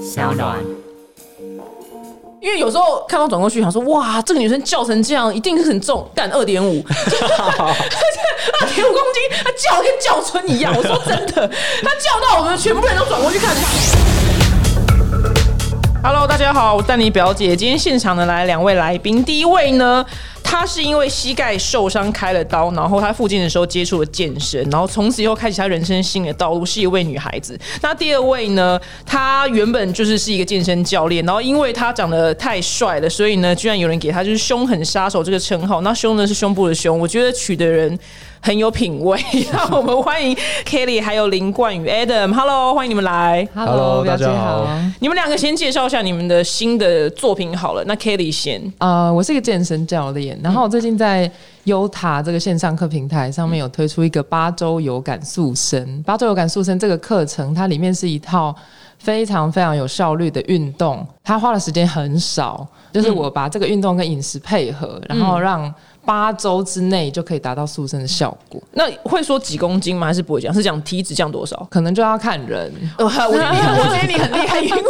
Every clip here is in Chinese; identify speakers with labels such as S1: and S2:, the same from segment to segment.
S1: 小暖。
S2: 因为有时候看到转过去，想说哇，这个女生叫成这样，一定是很重，干二点五，二点五公斤，她叫得跟叫春一样。我说真的，她叫到我们全部人都转过去看她。Hello，大家好，我是丹尼表姐。今天现场呢来两位来宾，第一位呢，她是因为膝盖受伤开了刀，然后她附近的时候接触了健身，然后从此以后开启她人生新的道路，是一位女孩子。那第二位呢，她原本就是是一个健身教练，然后因为她长得太帅了，所以呢，居然有人给她就是“凶狠杀手”这个称号。那凶呢是胸部的凶，我觉得取的人很有品味。 让我们欢迎 Kelly 还有林冠宇 Adam。Hello，欢迎你们来。
S3: Hello，表
S4: 大
S3: 姐
S4: 家好
S3: 好。
S2: 你们两个先介绍一下你们的新的作品好了。那 Kelly 先，
S3: 呃，我是一个健身教练，然后我最近在优塔这个线上课平台上面有推出一个八周有感塑身。八周有感塑身这个课程，它里面是一套非常非常有效率的运动，它花的时间很少，就是我把这个运动跟饮食配合，然后让八周之内就可以达到塑身的效果。
S2: 那会说几公斤吗？还是不会讲？是讲体脂降多少？
S3: 可能就要看人，
S2: 呃，我觉得你，我觉得你很厉害，因为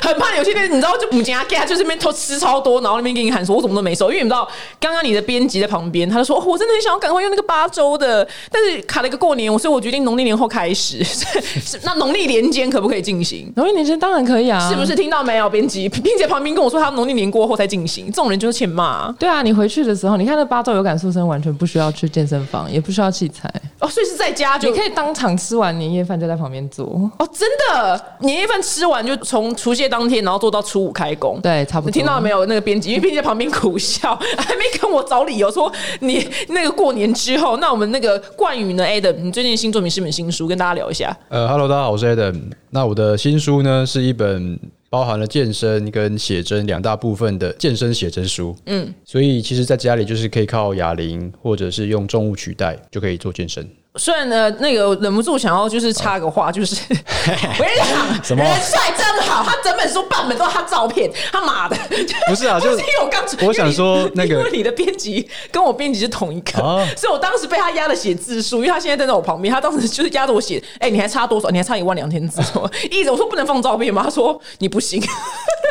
S2: 很怕有些人，你知道，就不加 g 就是那边偷吃超多，然后那边给你喊说，我怎么都没收，因为你知道，刚刚你的编辑在旁边，他就说、哦我真的很想要赶快用那个八周的，但是卡了一个过年，我所以我决定农历年后开始，是是那农历年间可不可以进行？
S3: 农历年前当然可以啊，
S2: 是不是？听到没有？编辑，编辑在旁边跟我说，他农历年过后才进行，这种人就是欠骂、
S3: 对啊，你回去的时候，你看那八周有感塑身，完全不需要去健身房，也不需要器材，
S2: 哦，所以是在家就
S3: 你可以当场吃完年夜饭就在旁边做。
S2: 哦，真的，年夜饭吃完就从除夕当天，然后做到初五开工。
S3: 对，差不多。
S2: 你听到没有？那个编辑， 因为编辑在旁边苦笑，还没跟我找理由说 你那个过年之后，那我们那个冠宇呢？Adam，你最近新作品是本新书，跟大家聊一下。
S4: 呃，Hello，大家好，我是 Adam。那我的新书呢，是一本包含了健身跟写真两大部分的健身写真书。嗯，所以其实在家里就是可以靠哑铃或者是用重物取代就可以做健身。
S2: 虽然呢，那个忍不住想要就是插个话， 就是我跟你讲，
S4: 什么
S2: 人帅真好，他整本书半本都是他照片，他妈的，
S4: 不是啊
S2: 就
S4: 就是
S2: 因为我刚，
S4: 我想说那个
S2: 因为你的编辑跟我编辑是同一个，
S4: 哦
S2: 所以我当时被他压的写字数，因为他现在站在我旁边，他当时就是压着我写，哎、你还差多少？你还差一万两千字哦，意思我说不能放照片吗？他说你不行，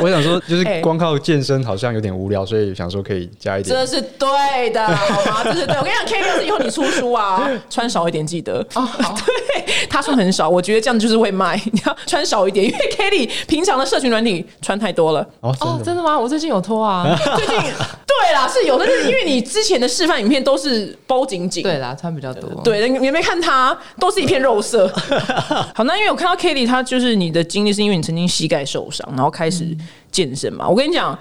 S4: 我想说，就是
S2: 哎
S4: 光靠健身好像有点无聊，所以想说可以加一
S2: 这
S4: 点。
S2: 是对的，好吗？这是对。我跟你讲，K 就是以后你出书啊，穿少一点，记得哦。 对，他穿很少，我觉得这样就是会卖。你要穿少一点，因为 Kelly 平常的社群软体穿太多了。
S4: 哦，
S3: 哦，
S4: 真的
S3: 真的吗？我最近有拖啊。
S2: 最近对啦，是有的，因为你之前的示范影片都是包紧紧，
S3: 对啦，穿比较多。，
S2: 对，你有没有看他都是一片肉 色？好，那因为我看到 Kitty，她就是你的经历，是因为你曾经膝盖受伤，然后开始健身嘛。我跟你讲。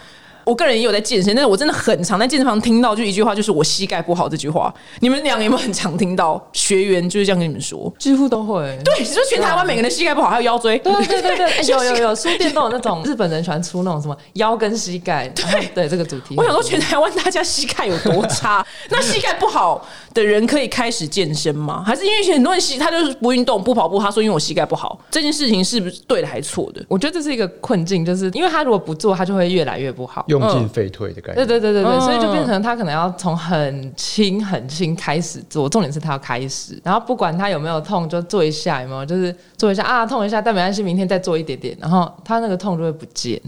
S2: 我个人也有在健身，但是我真的很常在健身房听到就一句话，就是我膝盖不好这句话。你们两个有没有很常听到学员就是这样跟你们说？
S3: 几乎都会。
S2: 对，就是全台湾每个人的膝盖不好，还有腰椎。
S3: 对对对对对，哎有有
S2: 就是
S3: 有，书店都有那种日本人喜欢出那种什么腰跟膝盖，对对这个主题。
S2: 我想说，全台湾大家膝盖有多差？那膝盖不好的人可以开始健身吗？还是因为很多人膝他就是不运动、不跑步，他说因为我膝盖不好，这件事情是不是对的还是错的？
S3: 我觉得这是一个困境，就是因为他如果不做，他就会越来越不好。
S4: 用进废退的概
S3: 对
S4: 念。
S3: 对对对对，
S2: 嗯
S3: 所以就变成他可能要从很轻很轻开始做，重点是他要开始，然后不管他有没有痛，就做一下，有没有就是做一下啊，痛一下，但没关系，明天再做一点点，然后他那个痛就会不见。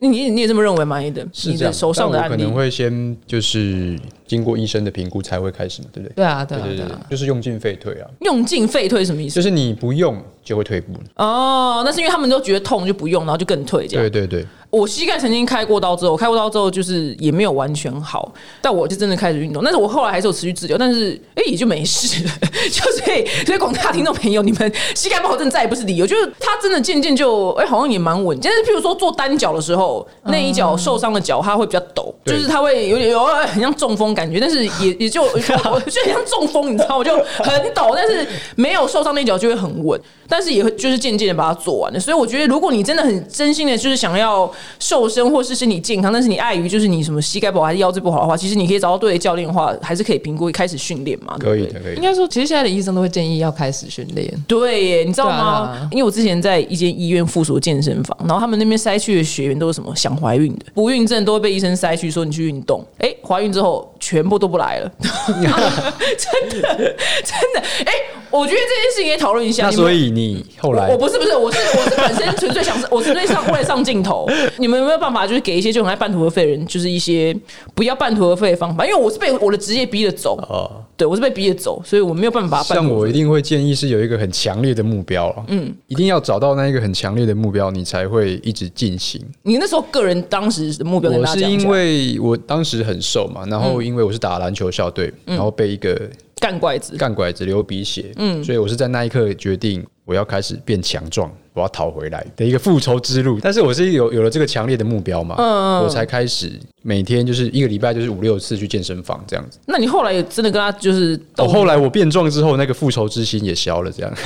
S2: 你你也这么认为吗？你的
S4: 是
S2: 你
S4: 这
S2: 的
S4: 样，
S2: 手上的
S4: 但我
S2: 案
S4: 可
S2: 例
S4: 能会先就是经过医生的评估才会开始嘛，对不对？
S3: 对啊，对啊，
S4: 对
S3: 对
S4: 对
S3: 啊
S4: 对，，就是用进废退啊，
S2: 用进废退是什么意思
S4: 就？是你不用就会退步。
S2: 哦，那是因为他们都觉得痛就不用，然后就更退这样。
S4: 对对对，
S2: 我膝盖曾经开过刀之后，我开过刀之后就是也没有完全好，但我就真的开始运动。但是我后来还是有持续治疗，但是哎、也就没事了。 就所以所以广大听众朋友，你们膝盖不好，真的再也不是理由。就是它真的渐渐就哎、好像也蛮稳。但是譬如说做单脚的时候，那一脚受伤的脚它会比较抖，就
S4: 嗯对
S2: 是它会有点有哎很像中风感觉，但是也 也就我就很像中风，你知道吗？就很抖，但是没有受伤那一脚就会很稳，但是也会就是渐渐的把它做完了。所以我觉得，如果你真的很真心的，就是想要瘦身或是身体健康，但是你碍于就是你什么膝盖不好还是腰椎不好的话，其实你可以找到对的教练的话，还是可以评估开始训练嘛。对不
S4: 可
S2: 对
S4: 以的，可以
S3: 应。该说，其实现在的医生都会建议要开始训练。
S2: 对耶，你知道吗？
S3: 对啊
S2: 因为我之前在一间医院附属健身房，然后他们那边筛去的学员都是什么想怀孕的、不孕症都会被医生筛去说你去运动。哎，怀孕之后全部都不来了，真的真的。哎，我觉得这件事情也讨论一下。
S4: 那
S2: 你们
S4: 所以你后来
S2: 我我不是不是，我是我是本身纯粹想，我纯粹上为了上镜头。你们有没有办法，就是给一些这种爱半途而废的人，就是一些不要半途而废的方法？因为我是被我的职业逼着走，
S4: 哦，
S2: 对我是被逼着走，所以我没有办法半
S4: 像
S2: 途而
S4: 我
S2: 废。
S4: 一定会建议是有一个很强烈的目标了，嗯，一定要找到那一个很强烈的目标，你才会一直进行。
S2: 你那时候个人当时的目标跟
S4: 我
S2: 大家
S4: 是
S2: 讲一下，嗯
S4: 因为我当时很瘦嘛，然后因为我是打篮球校队，然后被一个
S2: 干怪子，
S4: 干拐子流鼻血，嗯，所以我是在那一刻决定我要开始变强壮，我要讨回来的一个复仇之
S2: 嗯
S4: 路。但是我是有有了这个强烈的目标嘛，我才开始每天就是一个礼拜就是五六次去健身房这样子。
S2: 那你后来也真的跟他就是斗
S4: 哦，后来我变壮之后，那个复仇之心也消了，这样。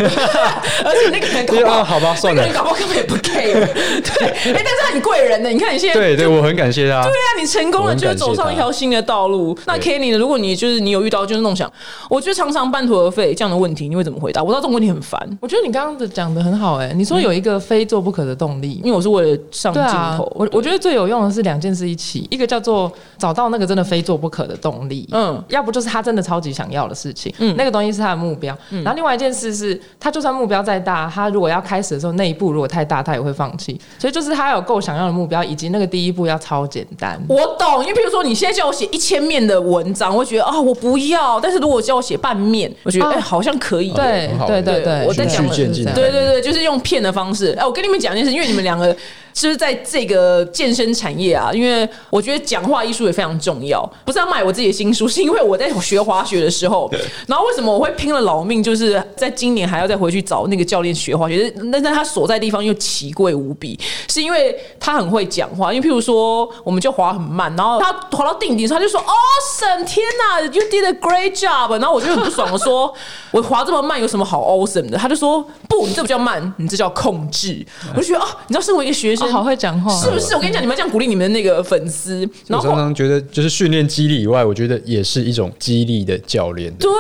S2: 而且那个人搞
S4: 就是
S2: 不
S4: 啊，
S2: 好，
S4: 好吧，算
S2: 那
S4: 了
S2: 个人。搞不好根本也不 care。对， 哎、但是他很贵人呢。你看你现在，
S4: 对对，我很感谢他。
S2: 对啊，你成功
S4: 我
S2: 了，
S4: 很
S2: 就是
S4: 感谢
S2: 走上
S4: 他
S2: 一条新的道路。那 Kenny，呢如果你就是你有遇到就是那种想，我觉得常常半途而废这样的问题，你会怎么回答？我知道这种问题很烦，
S3: 我觉得你刚刚的讲的很好、哎，你说有一个非做不可的动力，
S2: 因为我是为了上
S3: 对
S2: 嗯镜
S3: 啊
S2: 头。，
S3: 我我觉得最有用的是两件事一起，一个叫做找到那个真的非做不可的动力，
S2: 嗯
S3: 嗯，要不就是他真的超级想要的事情，嗯，那个东西是他的目标，然后另外一件事是他就算目标再大，他如果要开始的时候那一步如果太大，他也会放弃，所以就是他有够想要的目标，以及那个第一步要超简单，
S2: 我懂，因为比如说你现在叫我写一千面的文章，我会觉得啊、我不要；但是如果叫我写半面，我觉得哎、
S3: 啊
S2: 好像可以。
S3: 对
S4: 很好
S3: 对对
S2: 对
S3: 对，
S2: 我在讲
S3: 对
S2: 的
S4: 是这样
S2: 对对对，就是用骗的方式。哎、我跟你们讲一件事，因为你们两个 就是在这个健身产业啊，因为我觉得讲话艺术也非常重要。不是要卖我自己的新书，是因为我在学滑雪的时候，然后为什么我会拼了老命，就是在今年还要再回去找那个教练学滑雪？就是那在他所在地方又奇贵无比，是因为他很会讲话。因为譬如说，我们就滑很慢，然后他滑到定点的时候，他就说：“Awesome，天哪，You did a great job。”然后我就很不爽的说：“ 我滑这么慢有什么好 awesome 的？”他就说：“不，你这不叫慢，你这叫控制。”我就觉得啊，你知道，身为一个学
S3: 哦
S2: 生，
S3: 好会讲话，
S2: 是不是？我跟你讲，你们要这样鼓励你们的那个粉丝，
S4: 我
S2: 然后
S4: 常常觉得，就是训练激励以外，我觉得也是一种激励的教练。
S2: 对，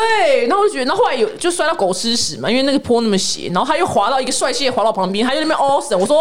S2: 然后我就觉得，然后后来有就摔到狗吃屎嘛，因为那个坡那么斜，然后他又滑到一个帅气的滑到旁边，他就在那边 awesome。我说，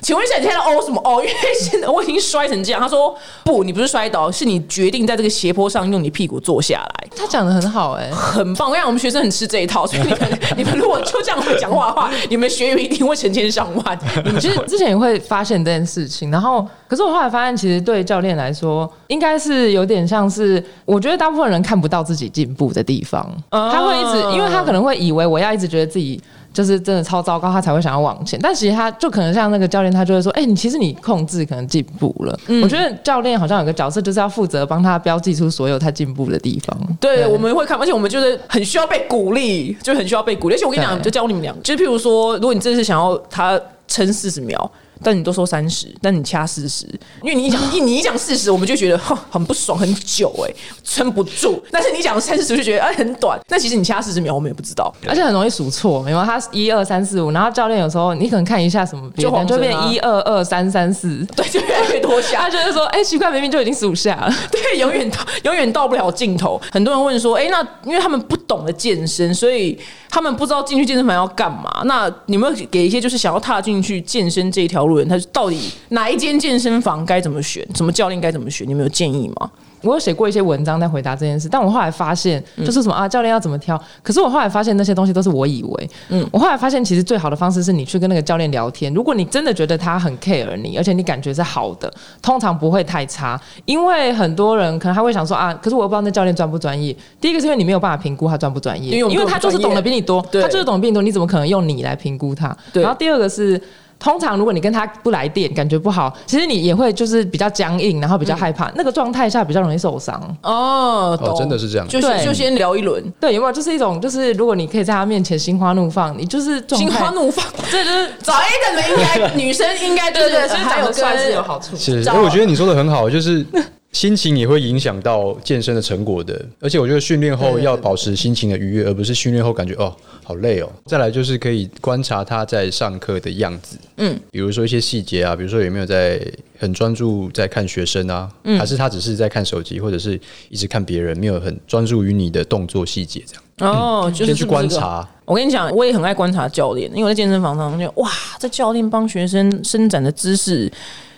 S2: 请问一下，你现在在 awesome 哦？因为现在我已经摔成这样。他说，不，你不是摔倒，是你决定在这个斜坡上用你屁股坐下来，
S3: 他讲的很好、哎。
S2: 很棒。我跟你讲，我们学生很吃这一套，所以你们你们如果就这样会讲话的话，你们学员一定会成千上万。你们
S3: 就是之前也会发现这件事情，然后可是我后来发现，其实对教练来说，应该是有点像是，我觉得大部分人看不到自己进步的地方，
S2: 哦
S3: 他会一直，因为他可能会以为我要一直觉得自己。就是真的超糟糕，他才会想要往前。但其实他就可能像那个教练，他就会说：“哎、你其实你控制可能进步了。
S2: 嗯
S3: 我觉得教练好像有个角色，就是要负责帮他标记出所有他进步的地方。
S2: 对，我们会看，而且我们就是很需要被鼓励，就很需要被鼓励。而且我跟你讲，
S3: 对
S2: 就教你们两个，就是譬如说，如果你真的是想要他撑四十秒。但你都说三十，但你掐四十，因为你 一讲一你一讲四十，我们就觉得哼很不爽，很久哎、撑不住。但是你讲三十就觉得哎很短，那其实你掐四十秒，我们也不知道。
S3: 而且很容易数错，没有他一二三四五，然后教练有时候你可能看一下什么别
S2: 就
S3: 的，
S2: 黄
S3: 就变
S2: 针啊
S3: 一二二三三四，
S2: 对，就越来越多下
S3: 他就是说，哎、奇怪，明明就已经数下了。
S2: 对，永远到永远到不了尽头。很多人问说，哎、那因为他们不懂得健身，所以他们不知道进去健身房要干嘛。那你们给一些就是想要踏进去健身这一条路的人，他到底哪一间健身房该怎么选，什么教练该怎么选，你们有建议吗？
S3: 我有写过一些文章在回答这件事，但我后来发现，就是什么、啊，教练要怎么挑？可是我后来发现那些东西都是我以为，嗯，我后来发现其实最好的方式是你去跟那个教练聊天。如果你真的觉得他很 care 你，而且你感觉是好的，通常不会太差，因为很多人可能他会想说啊，可是我又不知道那教练专不专业。第一个是因为你没有办法评估他专不专业，
S2: 因为我们
S3: 因为他就是
S2: 根本不专业
S3: 懂得比你多，
S2: 对
S3: 他就是懂得比你多，你怎么可能用你来评估他？
S2: 对
S3: 然后第二个是。通常如果你跟他不来电，感觉不好，其实你也会就是比较僵硬，然后比较害怕，那个状态下比较容易受伤。
S2: 哦，
S4: 哦
S2: 懂
S4: 真的是这样
S2: 就
S3: 对
S2: 先就先聊一轮，
S3: 对，有没有就是一种就是如果你可以在他面前心花怒放，你就是状态
S2: 心花，怒放。
S3: 这就是
S2: 找 A 的人应 该女生应该就是
S3: 对对对，所以
S2: 还
S3: 长
S2: 有
S3: 得帅
S2: 跟
S3: 是有好处。
S4: 是，哎
S2: 找
S4: 因为我觉得你说的很好，就是心情也会影响到健身的成果的。而且我觉得训练后要保持心情的愉悦，而不是训练后感觉哦好累哦。再来就是可以观察他在上课的样子，嗯，比如说一些细节啊，比如说有没有在很专注在看学生啊，还是他只是在看手机，或者是一直看别人，没有很专注于你的动作细节这样。
S2: 哦，就是
S4: 嗯先
S2: 是
S4: 去
S2: 不是
S4: 观
S2: 这个
S4: 察。
S2: 我跟你讲，我也很爱观察教练，因为我在健身房上就哇，这教练帮学生伸展的姿势。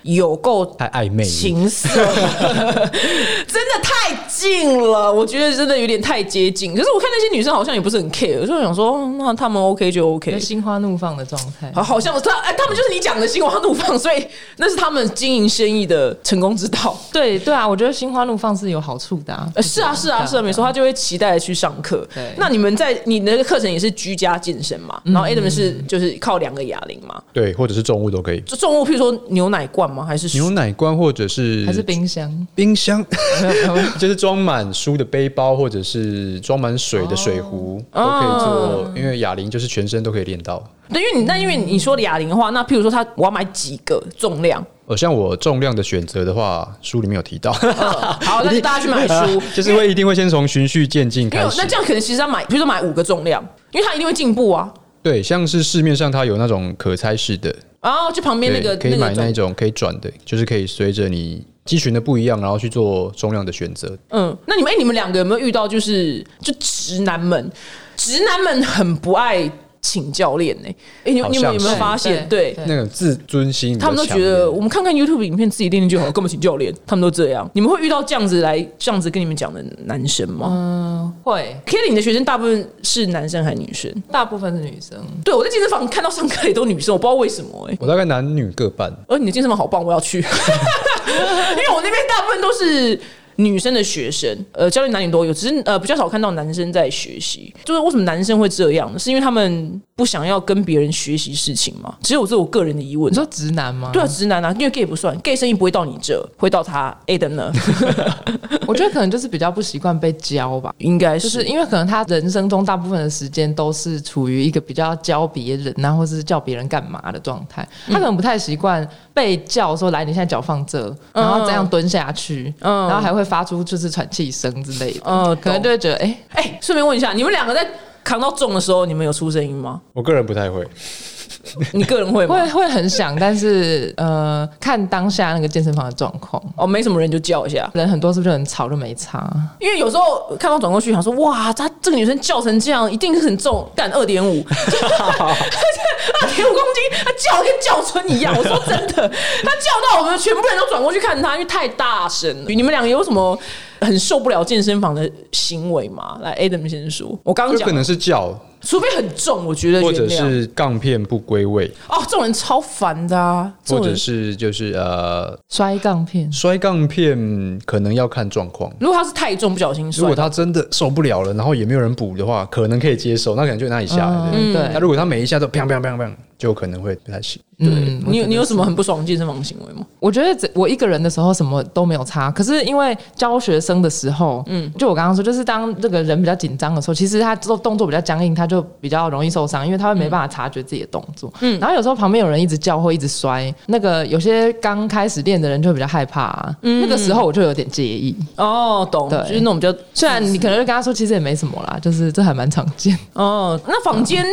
S2: 有够
S4: 太暧昧了，
S2: 情色，真的太近了，我觉得真的有点太接近。可是我看那些女生好像也不是很 care，我就想说，嗯那他们 OK 就 OK
S3: 就。心花怒放的状态
S2: 好，。好像他哎，他们就是你讲的心花怒放，所以那是他们经营生意的成功之道。
S3: 对对啊，我觉得心花怒放是有好处的、啊。
S2: 呃，是啊，是啊，是啊，没错，他就会期待的去上课
S3: 对。
S2: 那你们在你那个课程也是居家健身嘛？
S4: 嗯
S2: 然后 Adam 是就是靠两个哑铃嘛？
S4: 对，或者是重物都可以，
S2: 就重物，譬如说牛奶罐吗？还是
S4: 嗯牛奶罐或者是
S3: 还是冰箱，
S4: 冰箱， 就是装满书的背包，或者是装满水的水壶，
S2: 哦
S4: 都可以做。因为哑铃就是全身都可以练到。
S2: 对，因为你那因为你说的哑铃的话，那譬如说他我要买几个重 量？
S4: 呃，像我重量的选择的话，书里面有提到，，
S2: 好，那就大家去买哦书
S4: 啊 就是会一定会先从循序渐进
S2: 因为
S4: 开始
S2: 那。这样可能其实要买，比如说买五个重量，因为它一定会进步啊。
S4: 对，像是市面上它有那种可拆式的，
S2: 然后就旁哎边那个
S4: 对可以买
S2: 个
S4: 那一
S2: 重，
S4: 种可以转的，就是可以随着你肌群的不一样，然后去做重量的选择。
S2: 嗯，那你们哎、你们两个有没有遇到就是就直男们？直男们很不爱请教练呢、哎、你
S4: 好
S2: 你们有没有
S4: 像是
S2: 发现？对。
S3: 对
S4: 那种自尊心比较
S2: 他
S4: 强
S2: 们
S4: 烈，
S2: 都觉得，我们看看 YouTube 影片，自己练练就好，干嘛请教练？他们都这样。你们会遇到这样子来这样子跟你们讲的男生吗、
S3: 会
S2: k e l l y 你的学生大部分是男生还是女生？
S3: 大部分是女生。
S2: 对我在健身房看到上课也都女生，我不知道为什么哎、
S4: 我大概男女各半。
S2: 而你的健身房好棒，我要去，因为我那边大部分都是。女生的学生，呃，教练男女都有，只是呃比较少看到男生在学习。就是为什么男生会这样呢？是因为他们不想要跟别人学习事情吗？只有这我个人的疑问
S3: 你。说直男吗？
S2: 对啊，直男啊，因为 gay 不算，gay 生意不会到你这，会到他 A 的呢，
S3: 我觉得可能就是比较不习惯被教吧。
S2: 应该是。
S3: 就是因为可能他人生中大部分的时间都是处于一个比较教别人啊，或是叫别人干嘛的状态，
S2: 嗯
S3: 他可能不太习惯被叫说来，你现在脚放这，然后这样蹲下去，
S2: 嗯
S3: 然后还会发出就是喘气声之类的，
S2: 嗯
S3: 可能
S2: 懂
S3: 就会觉得哎、
S2: 哎、顺便问一下，你们两个在扛到重的时候，你们有出声音 吗？
S4: 我个人不太会，
S2: 你个人会吗？
S3: 会啊会很想，但是呃，看当下那个健身房的状况，
S2: 哦，没什么人就叫一下。
S3: 人很多是不是就很吵就没差？
S2: 因为有时候看到转过去，想说哇，她这个女生叫成这样，一定是很重，干二点 五，二点五公斤，她叫得跟叫春一样。我说真 的，她叫到我们全部人都转过去看她，因为太大声了。你们两个有什么很受不了健身房的行为吗？来，Adam 先说，我刚刚
S4: 就
S2: 讲
S4: 可，能是叫
S2: 除非很重，我觉得
S4: 或
S2: 原
S4: 者
S2: 谅。
S4: 是杠片不归位，
S2: 哦，这种人超烦的啊，这
S4: 或
S2: 种
S4: 者
S2: 人。
S4: 是就是呃
S3: 摔杠片，
S4: 摔杠片，可能要看状况。
S2: 如果他是太重，不小心
S4: 如
S2: 摔
S4: 果，他真的受不了了，然后也没有人补的话，可能可以接受，那可能就拿你下来。对
S3: 嗯，
S4: 那
S3: 对，
S4: 如果他每一下都砰砰砰砰，就可能会不太行。
S3: 嗯，
S2: 你有你有什么很不爽的健身房行为吗？
S3: 我觉得这我一个人的时候什么都没有差，可是因为教学生的时候，嗯，就我刚刚说，就是当这个人比较紧张的时候，其实他做动作比较僵硬，他就比较容易受伤，因为他会没办法察觉自己的动作。嗯，然后有时候旁边有人一直叫或一直摔，那个有些刚开始练的人就会比较害怕、啊，
S2: 嗯
S3: 那个时候我就有点介意。
S2: 哦，懂，
S3: 对
S2: 就是那种比较
S3: 虽然你可能就跟他说，其实也没什么啦，就是这还蛮常 见。
S4: 嗯
S2: 哦，那坊间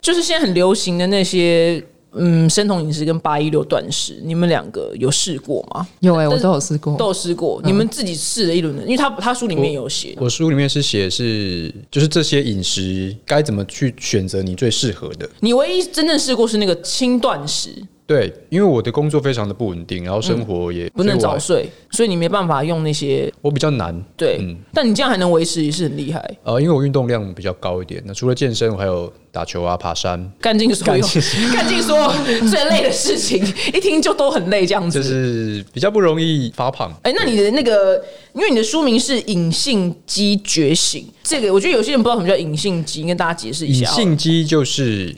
S2: 就是现在很流行的那些，嗯，生酮饮食跟八一六断食，你们两个有试过吗？
S3: 有哎、我
S2: 但是
S3: 都有试过，
S2: 都有试过，你们自己试了一轮的，因为他他书里面有写，
S4: 嗯我书里面是写是就是这些饮食该怎么去选择你最适合的。
S2: 你唯一真正试过是那个轻断食，
S4: 对，因为我的工作非常的不稳定，然后生活也嗯
S2: 不能
S4: 所以我
S2: 早睡，所以你没办法用那些
S4: 我比较难。嗯
S2: 对，但你这样还能维持也是很厉害，
S4: 呃，因为我运动量比较高一点，那除了健身，我还有打球啊、爬山，
S2: 干尽所有， 干尽所有 最累的事情，一听就都很累这样子，
S4: 就是比较不容易发胖。
S2: 哎、那你的那个，因为你的书名是《隐性肌觉醒》，这个我觉得有些人不知道什么叫隐性肌，你跟大家解释一
S4: 隐
S2: 下好了。
S4: 性肌就是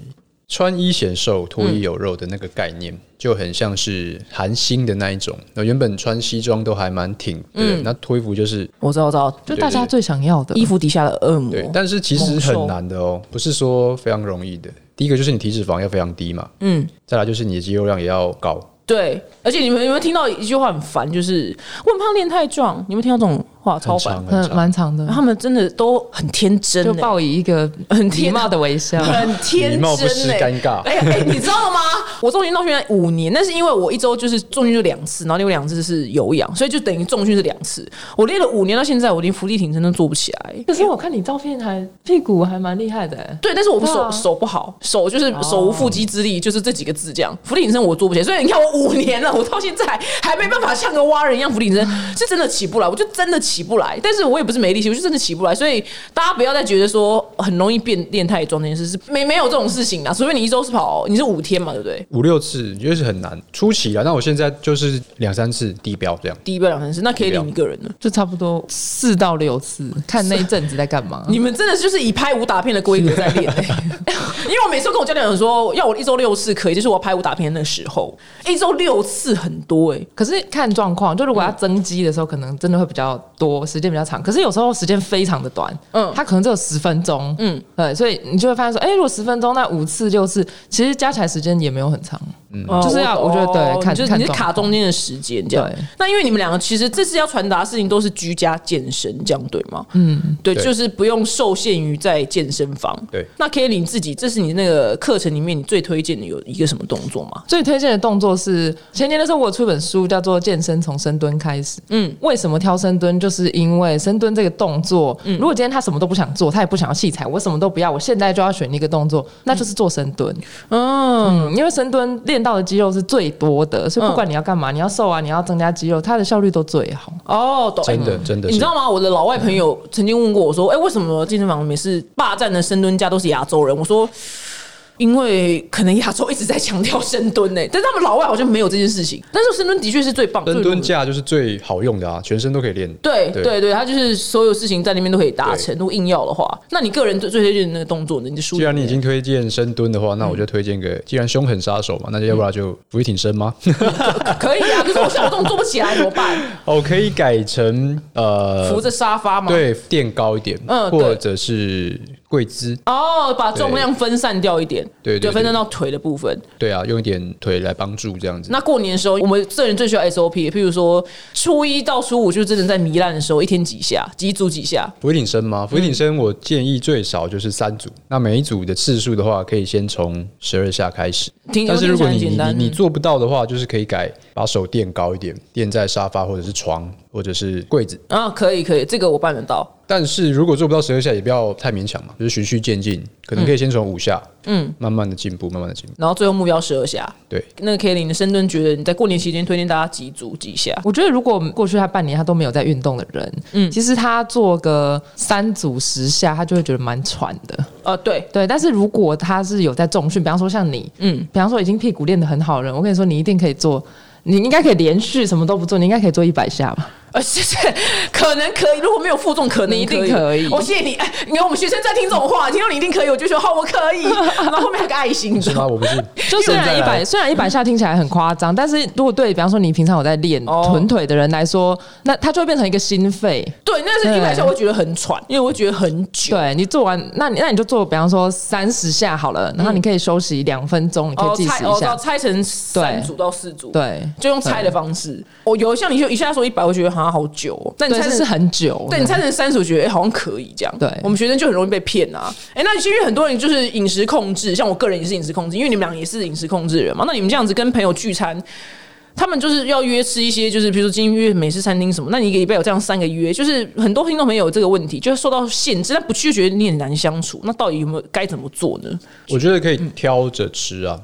S4: 穿衣显瘦、脱衣有肉的那个概念，
S2: 嗯
S4: 就很像是韩星的那一种。那原本穿西装都还蛮挺，
S2: 嗯
S4: 对，那脱衣服就是
S2: 我知道，我知道，
S3: 就大家
S4: 对对对
S3: 最想要的
S2: 衣服底下的恶魔。
S4: 对，但是其实
S2: 哦猛兽
S4: 很难的哦，不是说非常容易的。第一个就是你体脂肪要非常低嘛，
S2: 嗯，
S4: 再来就是你的肌肉量也要高。
S2: 对，而且你们有没有听到一句话很烦，就是“我很胖练太壮”，你们听到这种哇，超
S4: 很
S2: 烦。
S4: 长很
S3: 嗯，
S4: 长。
S3: 蛮长的
S2: 然后，他们真的都很天真、
S3: 就
S2: 欸，
S3: 报以一个
S2: 很
S3: 礼
S2: 天
S3: 貌的微笑。
S2: 很天
S4: 礼
S2: 真、
S4: 貌
S2: 欸，
S4: 不失尴尬
S2: 哎、哎、你知道吗？我重训到现在五年，但是因为我一周就是重训就两次，然后另外两次是有氧，所以就等于重训是两次。我练了五年到现在，我连伏地挺身都做不起来。
S3: 可是我看你照片还屁股还蛮厉害的、欸，
S2: 对，但是我手、
S3: 对啊
S2: 手不好，手就是手无缚鸡之力，就是这几个字这样。俯挺身我做不起来，所以你看我五年了，我到现在还没办法像个蛙人一样俯挺 身，是真的起不来，我就真的起不来。但是我也不是没力气，我就真的起不来。所以大家不要再觉得说很容易变练太壮这件事是没没有这种事情啊，除非你一周是跑你是五天嘛，对不对？
S4: 五六次就是很难初期啊，那我现在就是两三次低标这样。
S2: 第一标两三次，那可以领一个人了。
S3: 就差不多四到六 次，看那一阵子在干 嘛。
S2: 你们真的就是以拍武打片的规格在 练、欸，因为我每次跟我教练讲说，要我一周六次可以，就是我拍武打片的时候，一周六次很多哎、
S3: 可是看状况，就如果要增肌的时候，可能真的会比较多，时间比较长。可是有时候时间非常的短，
S2: 嗯
S3: 嗯，它可能只有十分钟，
S2: 嗯
S3: 嗯，对，所以你就会发现说，哎、如果十分钟，那五次六次，其实加起来时间也没有很长。
S4: 嗯
S2: 哦
S3: 就是要我觉得对
S2: 懂
S3: 看
S2: 就是
S3: 看
S2: 你是
S3: 状
S2: 卡
S3: 况
S2: 中间的时间这样
S3: 对。
S2: 那因为你们两个其实这次要传达的事情都是居家健身，这样对吗？嗯，对，
S4: 对
S2: 就是不用受限于在健身房。
S4: 对
S2: 那 Kelly 你自己，这是你那个课程里面你最推荐的有一个什么动作吗？
S3: 最推荐的动作是前年的时候，我有出一本书叫做《健身从深蹲开始》。
S2: 嗯
S3: 嗯，为什么挑深蹲？就是因为深蹲这个动作，如果今天他什么都不想做，他也不想要器材，我什么都不要，我现在就要选一个动作，那就是做深蹲。嗯，因为深蹲练到的肌肉是最多的，所以不管你要干嘛，你要瘦啊，你要增加肌肉，它的效率都最好。
S2: 哦，懂，
S4: 真
S3: 哎
S4: 的
S2: 嗯
S4: 真的是嗯
S2: 你知道吗？我的老外朋友曾经问过我说：“哎、为什么健身房每次霸占的深蹲架都是亚洲人？”我说。因为可能亚洲一直在强调深蹲呢、但是他们老外好像没有这件事情。但是深蹲的确是最棒，
S4: 深
S2: 最
S4: 蹲
S2: 努力
S4: 架就是最好用的啊，全身都可以练。
S2: 对
S4: 对
S2: 对对，他就是所有事情在那边都可以达成。如果硬要的话，那你个人最最推荐的那个动作呢？你的书
S4: 既然你已经推荐深蹲的话，那我就推荐个，既然凶狠杀
S2: 嗯
S4: 手嘛，那就要不然就不会挺身吗？
S2: 可以啊，可是我像我这种做不起来怎么 办？
S4: 哦，可以改成 呃，
S2: 扶着沙发嘛？，
S4: 对垫高一点，
S2: 嗯对
S4: 或者是跪姿，
S2: 哦，把重量分散掉一点，
S4: 对对
S2: 就
S4: 对
S2: 分散到腿的部分。
S4: 对啊，用一点腿来帮助这样子。
S2: 那过年的时候，我们这人最需要 SOP，譬如说初一到初五，就是真的在糜烂的时候，一天几下，几组几下。
S4: 俯卧挺身
S2: 嗯
S4: 吗？俯卧挺身我建议最少就是三组，那每一组的次数的话，可以先从十二下开始。
S2: 听
S4: 但是如果你
S2: 听
S4: 你
S2: 起来很简单
S4: 你你做不到的话，就是可以改把手垫高一点，垫在沙发或者是床或者是柜子。
S2: 啊，可以可以，这个我办得到。
S4: 但是如果做不到十二下，也不要太勉强嘛，就是循序渐进，可能可以先从五下，嗯，慢慢的进步，慢慢的进步。
S2: 然后最后目标十二下。
S4: 对，
S2: 那个 K 零的深蹲，觉得你在过年期间推荐大家几组几下？
S3: 我觉得如果过去他半年他都没有在运动的人，嗯，其实他做个三组十下，他就会觉得蛮喘的。
S2: 啊，对，
S3: 对，但是如果他是有在重训，比方说像你，
S2: 嗯
S3: 嗯，比方说已经屁股练得很好的人，我跟你说，你一定可以做，你应该可以连续什么都不做，你应该可以做一百下吧？
S2: 呃，是是，可能可以，如果没有负重，可能
S3: 你一定可以
S2: 我谢谢你，哎，你看我们学生在听这种话，听到你一定可以，我就说好，我可以，然后后面还有个爱心，你知
S4: 是
S2: 道吗
S4: 吗？我不是，
S3: 就虽
S4: 现
S3: 然
S4: 在
S3: 一
S4: 来
S3: 百，虽然一百下听起来很夸张，但是如果对比方说你平常有在练
S2: 哦
S3: 臀腿的人来说，那他就会变成一个心肺。
S2: 对，那是一百下，我会觉得很喘，因为我会觉得很久。
S3: 对你做完，那你那你就做，比方说三十下好了，然后你可以休息两分钟，你可以
S2: 哦，
S3: 计
S2: 拆
S3: 时
S2: 哦
S3: 一，下。
S2: 拆成三组到四组，，
S3: 对，
S2: 就用拆的方式。我有像你就一下说一百，我觉得好像好久、哦，但你
S3: 对，
S2: 拆
S3: 这
S2: 成
S3: 是很久。
S2: 对你拆成三十，我觉得、哎好像可以这样。
S3: 对
S2: 我们学生就很容易被骗啊。哎、那其实很多人就是饮食控制，像我个人也是饮食控制，因为你们俩也是饮食控制人嘛。那你们这样子跟朋友聚餐，他们就是要约吃一些，就是比如说今天约美式餐厅什么，那你一个礼拜有这样三个约，就是很多听众朋友有这个问题，就是受到限制，但不去就觉得你很难相处。那到底有没有该怎么做呢？
S4: 我觉得可以挑着吃啊，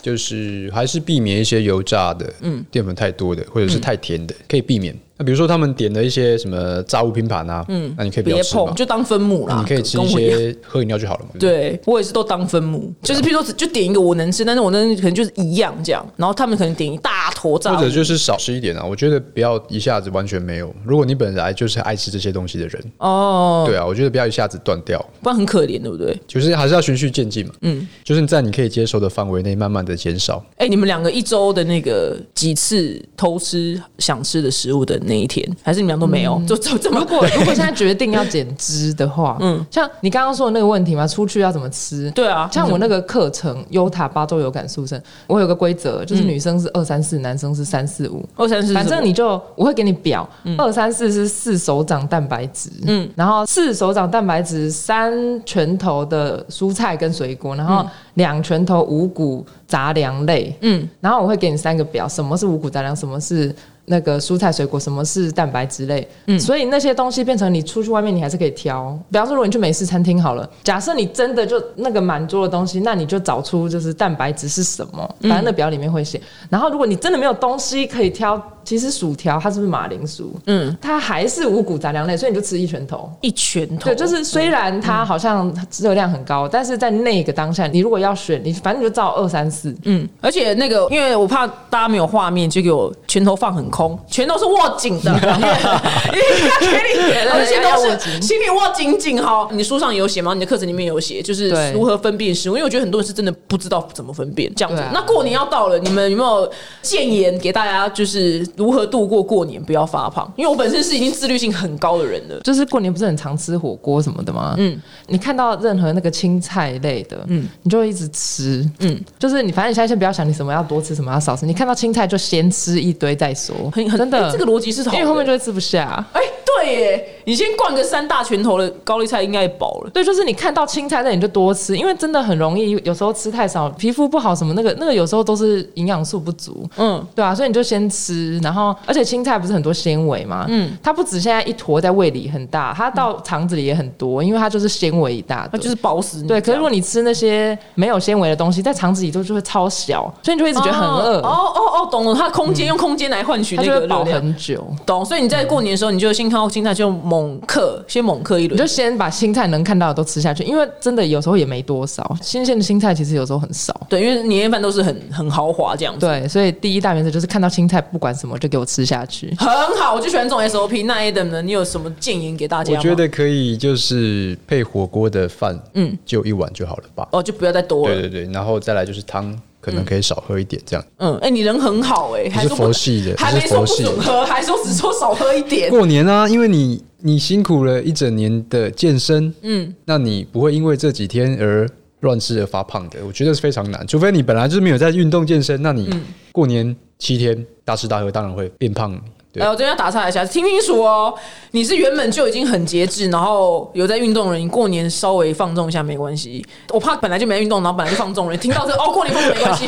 S4: 就是还是避免一些油炸的，嗯，淀粉太多的，或者是太甜
S2: 嗯
S4: 的，可以避免。那比如说他们点了一些什么炸物拼盘啊，嗯，那你可以不要
S2: 别
S4: 吃嘛
S2: 碰，，就当分母啦。
S4: 你嗯可以吃
S2: 跟
S4: 一
S2: 我样
S4: 些喝饮料就好了嘛。不，
S2: 对我也是都当分母，就是譬如说只就点一个我能吃，但是我那可能就是一样这样，然后他们可能点一大坨炸物，
S4: 或者就是少吃一点啊。我觉得不要一下子完全没有。如果你本来就是爱吃这些东西的人，
S2: 哦，
S4: 对啊，我觉得不要一下子断掉，
S2: 不然很可怜，对不对？
S4: 就是还是要循序渐进嘛。嗯，就是你在你可以接受的范围内，慢慢的减少。
S2: 哎、你们两个一周的那个几次偷吃想吃的食物的那一天，还是你们俩都没有？就就这么
S3: 嗯如 果如果现在决定要减脂的话，嗯，像你刚刚说的那个问题嘛，出去要怎么吃？
S2: 对啊
S3: 像我那个课程优塔八周有感塑身，我有个规则，就是女生是二三四，男男生是三四五，
S2: 二三四，
S3: 反正你嗯就我会给你表，二三四是四手掌蛋白质，嗯，然后四手掌蛋白质三拳头的蔬菜跟水果，然后两拳头五谷杂粮类，
S2: 嗯
S3: 嗯，然后我会给你三个表，什么是五谷杂粮，什么是。那个蔬菜水果，什么是蛋白质类？嗯，所以那些东西变成你出去外面，你还是可以挑。比方说，如果你去美式餐厅好了，假设你真的就那个满桌的东西，那你就找出就是蛋白质是什么，反正那表里面会写。然后，如果你真的没有东西可以挑，其实薯条它是不是马铃薯？
S2: 嗯
S3: 嗯，它还是五谷杂粮类，所以你就吃一拳头。嗯
S2: 一拳头，
S3: 对，就是虽然它好像热量很高，但是在那个当下，你如果要选，你反正你就照二三四。
S2: 嗯，而且那个，因为我怕大家没有画面，就给我拳头放很空，拳头是握紧 的，因为因为而且
S3: 要握
S2: 都是
S3: 紧
S2: 心里握紧紧哈。你书上有写吗？你的课程里面有写，就是
S3: 对
S2: 如何分辨食物，因为我觉得很多人是真的不知道怎么分辨这样子。
S3: 对啊
S2: 那过年要到了，你们有没有建言给大家，就是如何度过过年，不要发胖？因为我本身是已经自律性很高的人了。
S3: 就是过年不是很常吃火锅什么的吗？嗯，你看到任何那个青菜类的，嗯，你就一直吃，嗯，就是你反正你现在先不要想你什么要多吃，什么要少吃，你看到青菜就先吃一堆再说，
S2: 很很
S3: 真
S2: 哎
S3: 的，
S2: 这个逻辑是好的
S3: 因为后面就会吃不下。
S2: 哎、对耶，你先灌个三大拳头的高丽菜应该也饱了。
S3: 对，就是你看到青菜类你就多吃，因为真的很容易，有时候吃太少，皮肤不好什么那个那个有时候都是营养素不足，
S2: 嗯，
S3: 对啊，所以你就先吃，然后而且青菜不是很多纤维嘛，嗯，它不止现在一坨在胃里很大，它到肠子里也很多，因为它就是纤维一大
S2: 那
S3: 堆，
S2: 就是饱死嗯你这
S3: 对，
S2: 样。
S3: 可是如果你吃那些没有纤维的东西，在肠子里都就会超小，所以你就会一直觉得很饿，
S2: 哦哦哦，懂了，它空间、用空间来换取
S3: 它
S2: 那
S3: 就
S2: 个
S3: 会
S2: 热
S3: 饱
S2: 量。
S3: 很久。
S2: 懂，所以你在过年的时候，你就先看到青菜就猛克，先猛克一
S3: 你
S2: 轮
S3: 就。先把青菜能看到的都吃下去，因为真的有时候也没多少，新鲜的青菜其实有时候很少。
S2: 对，因为年夜饭都是很很豪华这样子。
S3: 对，所以第一大原则就是看到青菜不管什么就给我吃下去。
S2: 很好，我就喜欢这种 SOP。那 Adam 呢？你有什么建言给大家
S4: 我
S2: 吗？
S4: 觉得可以，就是配火锅的饭，嗯，就一碗就好了吧。
S2: 哦，就不要再多
S4: 对
S2: 了。
S4: 对对，然后再来就是汤，可能可以少喝一点这样。
S2: 嗯，哎、你人很好哎、还
S4: 是
S2: 说
S4: 佛
S2: 不
S4: 系的
S2: 还
S4: 我
S2: 没
S4: 是
S2: 说
S4: 佛
S2: 不
S4: 系的
S2: 准喝，还说只说少喝一点。
S4: 过年啊，因为你你辛苦了一整年的健身，嗯，那你不会因为这几天而乱吃而发胖的，我觉得是非常难。除非你本来就是没有在运动健身，那你过年七天大吃大喝，当然会变胖。对
S2: 来，，哎我这边要打岔一下，听清楚哦。你是原本就已经很节制，然后有在运动的人，你过年稍微放纵一下没关 系。我怕本来就没运动，然后本来就放纵的人，听到这哦过年放纵没关系，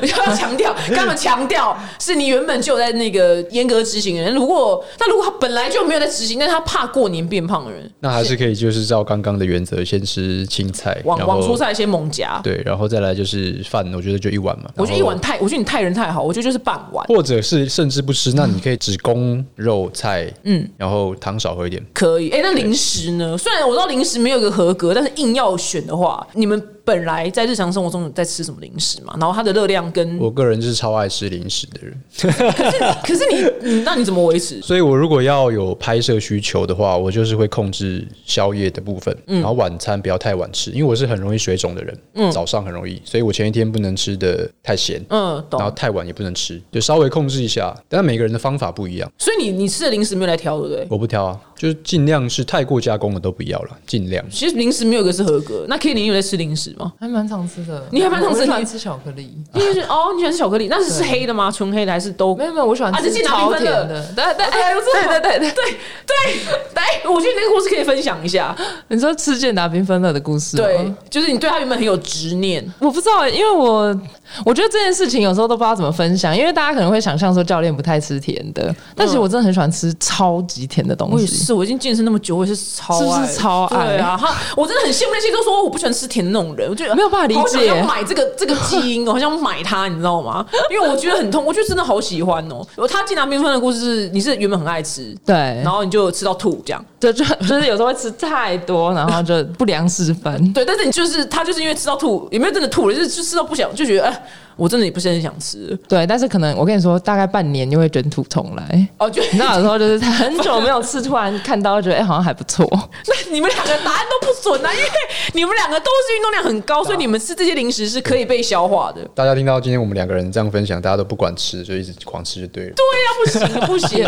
S2: 就 就要强调，跟他们强调是你原本就有在那个严格执行的人。如果那如果他本来就没有在执行，但是他怕过年变胖的人，
S4: 那还是可以就是照刚刚的原则，先吃青菜，
S2: 往
S4: 然后
S2: 往蔬菜先猛夹。
S4: 对，然后再来就是饭，我觉得就一碗嘛。
S2: 哦我觉得一
S4: 然后
S2: 碗太，我觉得你太人太好，我觉得就是半碗
S4: 或者是甚至不吃，那你可以只供肉菜，嗯，然后汤少喝一点。
S2: 可以。哎、那零食呢？虽然我知道零食没有一个合格，但是硬要选的话，你们本来在日常生活中有在吃什么零食嘛？然后它的热量跟，
S4: 我个人就是超爱吃零食的人，
S2: 可是你，你那你怎么维持？
S4: 所以我如果要有拍摄需求的话，我就是会控制宵夜的部分，
S2: 嗯
S4: 然后晚餐不要太晚吃，因为我是很容易水肿的人，早上很容易，所以我前一天不能吃的太咸。
S2: 嗯，
S4: 然后
S2: 懂。
S4: 太晚也不能吃，就稍微控制一下。但每个人的方法不一样，
S2: 所以你你吃的零食没有来挑，对不对？
S4: 我不挑啊，就是尽量是太过加工的都不要了，尽量。
S2: 其实零食没有一个是合格。那 K 零有在吃零食吗？
S3: 还蛮常吃 的，
S2: 你还蛮常吃的
S3: 我喜欢吃巧克力。
S2: 因为是哦，你喜欢吃巧克力，那是是黑的吗？纯黑的还是都？
S3: 没有没有，我喜欢
S2: 啊，这
S3: 吃
S2: 竟然拿
S3: 超
S2: 缤
S3: 甜
S2: 纷
S3: 的。
S2: 对对哎，我知道
S3: 对对对对，
S2: 对对对，我觉得那个故事可以分享一下。
S3: 你说吃健达缤纷乐的故事吗？
S2: 对，就是你对他原本很有执念，
S3: 我不知道欸，因为我我觉得这件事情有时候都不知道怎么分享，因为大家可能会想象说教练不太吃甜的，但其实我真的很喜欢吃超级甜的东
S2: 我也
S3: 西。
S2: 是，我已经健身那么久，我也是超
S3: 是不是
S2: 爱，
S3: 超爱
S2: 对啊，哈，我真的很羡慕那些都说我不喜欢吃甜的那种人，我觉得
S3: 没有办法理解
S2: 好想要买这个这个基因，我好想买它，你知道吗？因为我觉得很痛，我就真的好喜欢哦。他进拿缤纷的故事是，你是原本很爱吃，
S3: 对
S2: 然，后你就吃到吐这样，
S3: 就 就就是有时候会吃太多，然后就不良示范。
S2: 对，但是你就是他就是因为吃到吐，也没有真的吐了，就是就吃到不想，就觉得哎，我真的也不是很想吃
S3: 对，但是可能我跟你说，大概半年就会卷土重来。
S2: 哦，就
S3: 你知道有时候就是很久没有吃，突然看到觉得哎、好像还不错。
S2: 那你们两个答案都不准啊，因为你们两个都是运动量很
S3: 啊
S2: 高，所以你们吃这些零食是可以被消化的。
S4: 大家听到今天我们两个人这样分享，大家都不管吃，就一直狂吃就对了。
S2: 对呀、不行不 行，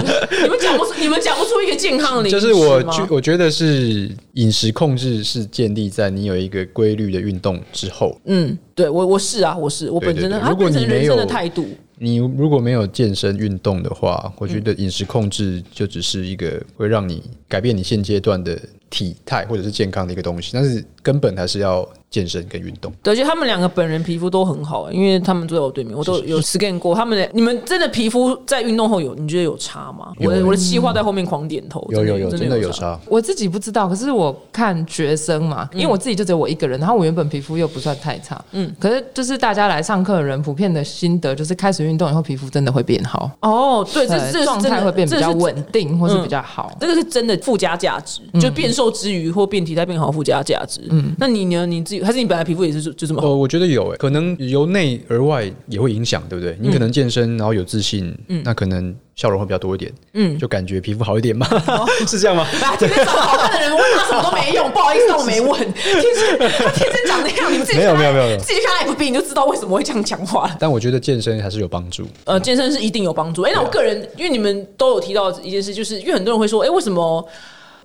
S2: 你们讲不出，你们讲不出一个健康的零
S4: 就
S2: 食
S4: 是我
S2: 吗
S4: 觉我觉得是饮食控制是建立在你有一个规律的运动之后，
S2: 嗯，对我我是啊，我是我
S4: 对
S2: 本
S4: 对
S2: 身的，
S4: 对
S2: 他
S4: 如果
S2: 本
S4: 你
S2: 身人
S4: 没
S2: 生
S4: 有
S2: 的态度，
S4: 你如果没有健身运动的话，我觉得饮食控制就只是一个会让你改变你现阶段的体态或者是健康的一个东西，但是根本还是要健身跟运动。
S2: 对，而且他们两个本人皮肤都很好、因为他们坐在我对面，我都有 scan 过。他们的你们真的皮肤在运动后有，你觉得有差吗？
S4: 有
S2: 我的
S4: 欸
S2: 我的气话在后面狂点头，
S4: 有有有，
S2: 真
S4: 真的有
S2: 有。
S4: 差。
S3: 我自己不知道，可是我看学生嘛，
S2: 嗯
S3: 因为我自己就只有我一个人，然后我原本皮肤又不算太差，嗯，可是就是大家来上课的人普遍的心得就是开始运动以后皮肤真的会变好，
S2: 哦，对，这这是
S3: 状
S2: 真
S3: 态
S2: 的
S3: 会变比
S2: 这
S3: 较，
S2: 是
S3: 稳定或是
S2: 嗯
S3: 比较好。
S2: 这个是真的附加价值，就变瘦之余或变体态变好附加价值。嗯，那你呢？你自己还是你本来皮肤也是就就这么好？
S4: 呃，我觉得有诶、可能由内而外也会影响，对不
S2: 嗯
S4: 对？你可能健身，然后有自信，那可能笑容会比较多一点，嗯，就感觉皮肤好一点嘛， 是这样吗？
S2: 来，天天长得好看的人问他什么都没用，不好意思，但我没问。 天生他天生长那样，你们自己
S4: 没有
S2: 看
S4: 没有没有没有
S2: 自己去看 FB 你就知道为什么会这样讲话了。
S4: 但我觉得健身还是有帮助。
S2: 呃，健身是一定有帮助。哎、那我
S4: 啊
S2: 个人，因为你们都有提到一件事，就是因为很多人会说，哎、为什么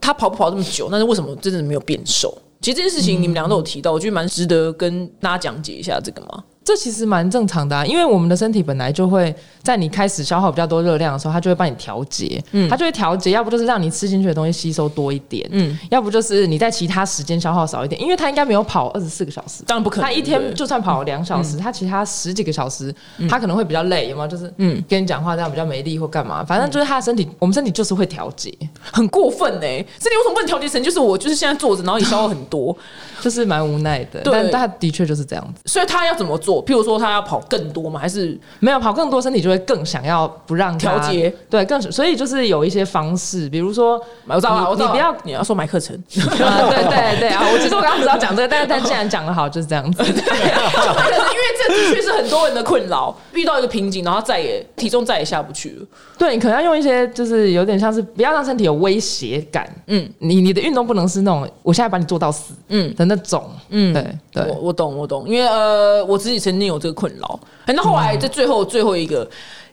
S2: 他跑步跑这么久，但是为什么真的没有变瘦？其实这件事情你们两个都有提到，我觉得蛮值得跟大家讲解一下这个嘛。
S3: 这其实蛮正常的、啊，因为我们的身体本来就会在你开始消耗比较多热量的时候，它就会帮你调节，嗯，它就会调节，要不就是让你吃进去的东西吸收多一点，嗯，要不就是你在其他时间消耗少一点，因为它应该没有跑二十四个小时，
S2: 当然不可能，
S3: 他一
S2: 对嗯
S3: 天就算跑两小时，他其他十几个小时，他可能会比较累，有吗？就是嗯，跟你讲话这样比较没力或干嘛，反正就是他的身体，我们身体就是会调节，
S2: 很过分哎、这你为什么不能调节成就是我就是现在坐着，然后也消耗很 多？
S3: 就是蛮无奈的。
S2: 对
S3: 但他的确就是这样子，
S2: 所以他要怎么做？譬如说他要跑更多吗？还是
S3: 没有跑更多，身体就会更想要不让它
S2: 调节，
S3: 对，更所以就是有一些方式，比如说
S2: 我知道了，
S3: 你
S2: 我知道啊
S3: 你不要
S2: 了。你要说买课 程，
S3: 啊， 对 对对啊！我其实我刚刚只要讲这个，但是但既然讲的好，就是这样子。
S2: 可能因为这的确是很多人的困扰， 遇到一个瓶颈，然后再也体重再也下不去了。
S3: 对，你可能要用一些，就是有点像是不要让身体有威胁感。
S2: 嗯
S3: 嗯，你你的运动不能是那种我现在把你做到死，
S2: 嗯
S3: 嗯的那种。嗯，对对
S2: 我。我懂我懂，因为呃，我自己曾经有这个困扰。哎那后
S3: 嗯
S2: 来这最后最后一个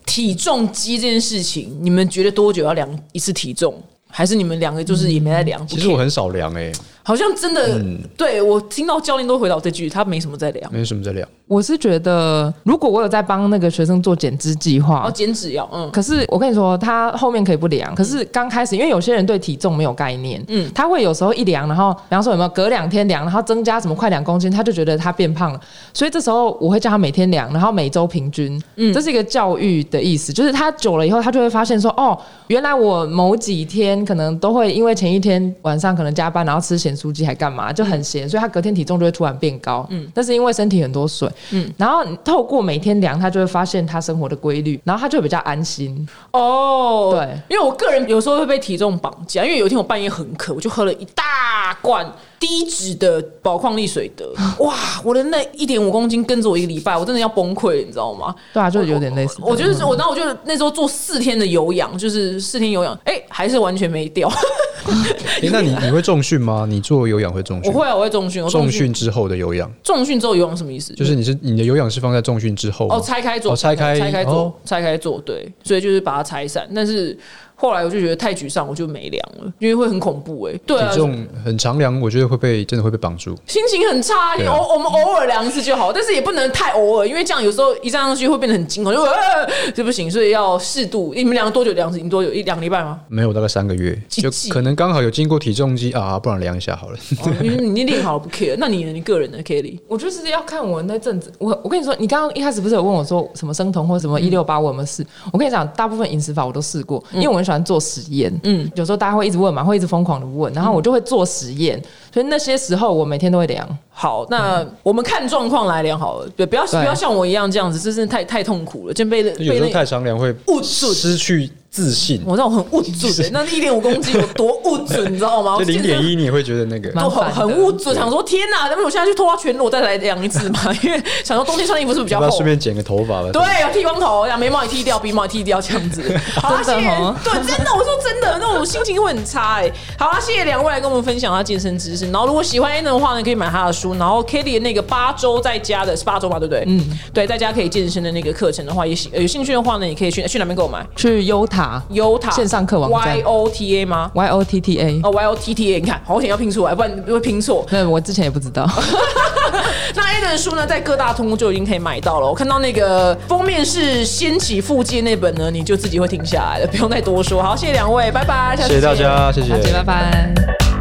S2: 体重机这件事情，你们觉得多久要量一次体重？还是你们两个就是也没在量？
S4: 其实我很嗯少量欸诶、
S2: 好像真的，对我听到教练都回答我这句，他没什么在量。
S4: 没什 么在量。
S3: 我是觉得，如果我有在帮那个学生做减脂计划，
S2: 然后减脂药，嗯，
S3: 可是我跟你说，他后面可以不量，可是刚开始，因为有些人对体重没有概念，嗯，他会有时候一量，然后比方说有没有隔两天量，然后增加什么快两公斤，他就觉得他变胖了，所以这时候我会叫他每天量，然后每周平均，嗯，这是一个教育的意思，就是他久了以后，他就会发现说，哦，原来我某几天可能都会因为前一天晚上可能加班，然后吃咸酥鸡还干嘛，就很咸，所以他隔天体重就会突然变高，嗯，那是因为身体很多水，嗯，然后你透过每天量，他就会发现他生活的规律，然后他就会比较安心，
S2: 哦，
S3: 对，
S2: 因为我个人有时候会被体重绑架，因为有一天我半夜很渴，我就喝了一大罐低脂的宝矿力水 得，哇，我的那一点五公斤跟着我一个礼拜，我真的要崩溃了，你知道 吗？
S3: 对啊，就有点类似这样。
S2: 我就是我，然后我就那时候做四天的有氧，就是四天有氧，哎、还是完全没 掉。
S4: 诶欸那你你会重训吗？你做有氧会重
S2: 我
S4: 训？
S2: 会啊，我会重训，我
S4: 重
S2: 训，
S4: 训之后的有氧，
S2: 重训之后有氧什么意思？
S4: 就是你是你的有氧是放在重训之后吗
S2: 哦，拆开做，
S4: 哦拆开
S2: 拆开
S4: 哦
S2: 做，拆开做，对，所以就是把它拆散。但是后来我就觉得太沮丧，我就没量了，因为会很恐怖哎、对啊
S4: 体，重很常量，我觉得会被真的会被绑住。
S2: 心情很差，
S4: 对啊
S2: 偶我们偶尔量一次就好，但是也不能太偶尔，因为这样有时候一站上去会变得很惊恐，就呃这不行，所以要适度。你们量多久量一次？你多久一两个礼 拜吗？
S4: 没有，大概三个月，
S2: 几
S4: 就
S2: 季
S4: 可能刚好有经过体重机啊，不然量一下好了。
S2: 哦你你练好了不 care？那你呢？你个人呢，Kelly？
S3: 我就是要看我那阵子，我我跟你说，你刚刚一开始不是有问我说什么生酮或什么一六八我有没有试？我跟你讲，大部分饮食法我都试过，因为我很喜欢做实验。
S2: 嗯
S3: 嗯，有时候大家会一直问嘛，会一直疯狂的问，然后我就会做实验，所以那些时候我每天都会量。
S2: 好，那
S4: 嗯
S2: 我们看状况来量好了，对，不要不
S3: 对
S2: 要像我一样这样子，这真的太太痛苦了，真被
S4: 有
S2: 被
S4: 时候
S2: 那
S4: 太常量会
S2: 误准
S4: 失去自信，
S2: 我让我很物准 的、那一点五公斤有多物准，你知道吗？
S4: 就
S2: 我
S4: 零点一你也会觉得那个
S3: 蛮
S2: 都很
S3: 蛮烦的
S2: 很物准，想说天哪，那么我现在去脱到全裸再来量一次嘛？ 因为想说冬天穿的衣服是不是比较
S4: 要不要
S2: 厚
S4: 顺。便剪个头发吧？
S2: 对，有剃光头，然后眉毛也剃掉，鼻毛也剃掉，这样子。 好啊啦，谢
S3: 真的
S2: 谢
S3: 哦。
S2: 对，真的，我说真的，那种心情会很差哎、好啦，谢谢两位来跟我们分享他健身知识。然后，如果喜欢 a n 的话呢，可以买他的书。然后 Kelly 的那个八周在家的是八周嘛，对不对？嗯，对，在家可以健身的那个课程的话，也喜呃有兴趣的话呢，也可以去去哪边购买？
S3: 去优塔
S2: 优塔
S3: 线上课网站
S2: Y O T A 吗？哦
S3: Y O T T A，
S2: 哎哦，Y O T T A，你看，好险要拼出来，不然你会拼错。
S3: 那我之前也不知道。
S2: 那 A 的书呢，在各大通路就已经可以买到了。我看到那个封面是掀起腹肌那本呢，你就自己会停下来了，不用再多说。好，谢谢两位，拜拜，下次
S4: 谢谢大
S2: 见
S4: 家，谢谢，
S3: 大姐，拜拜。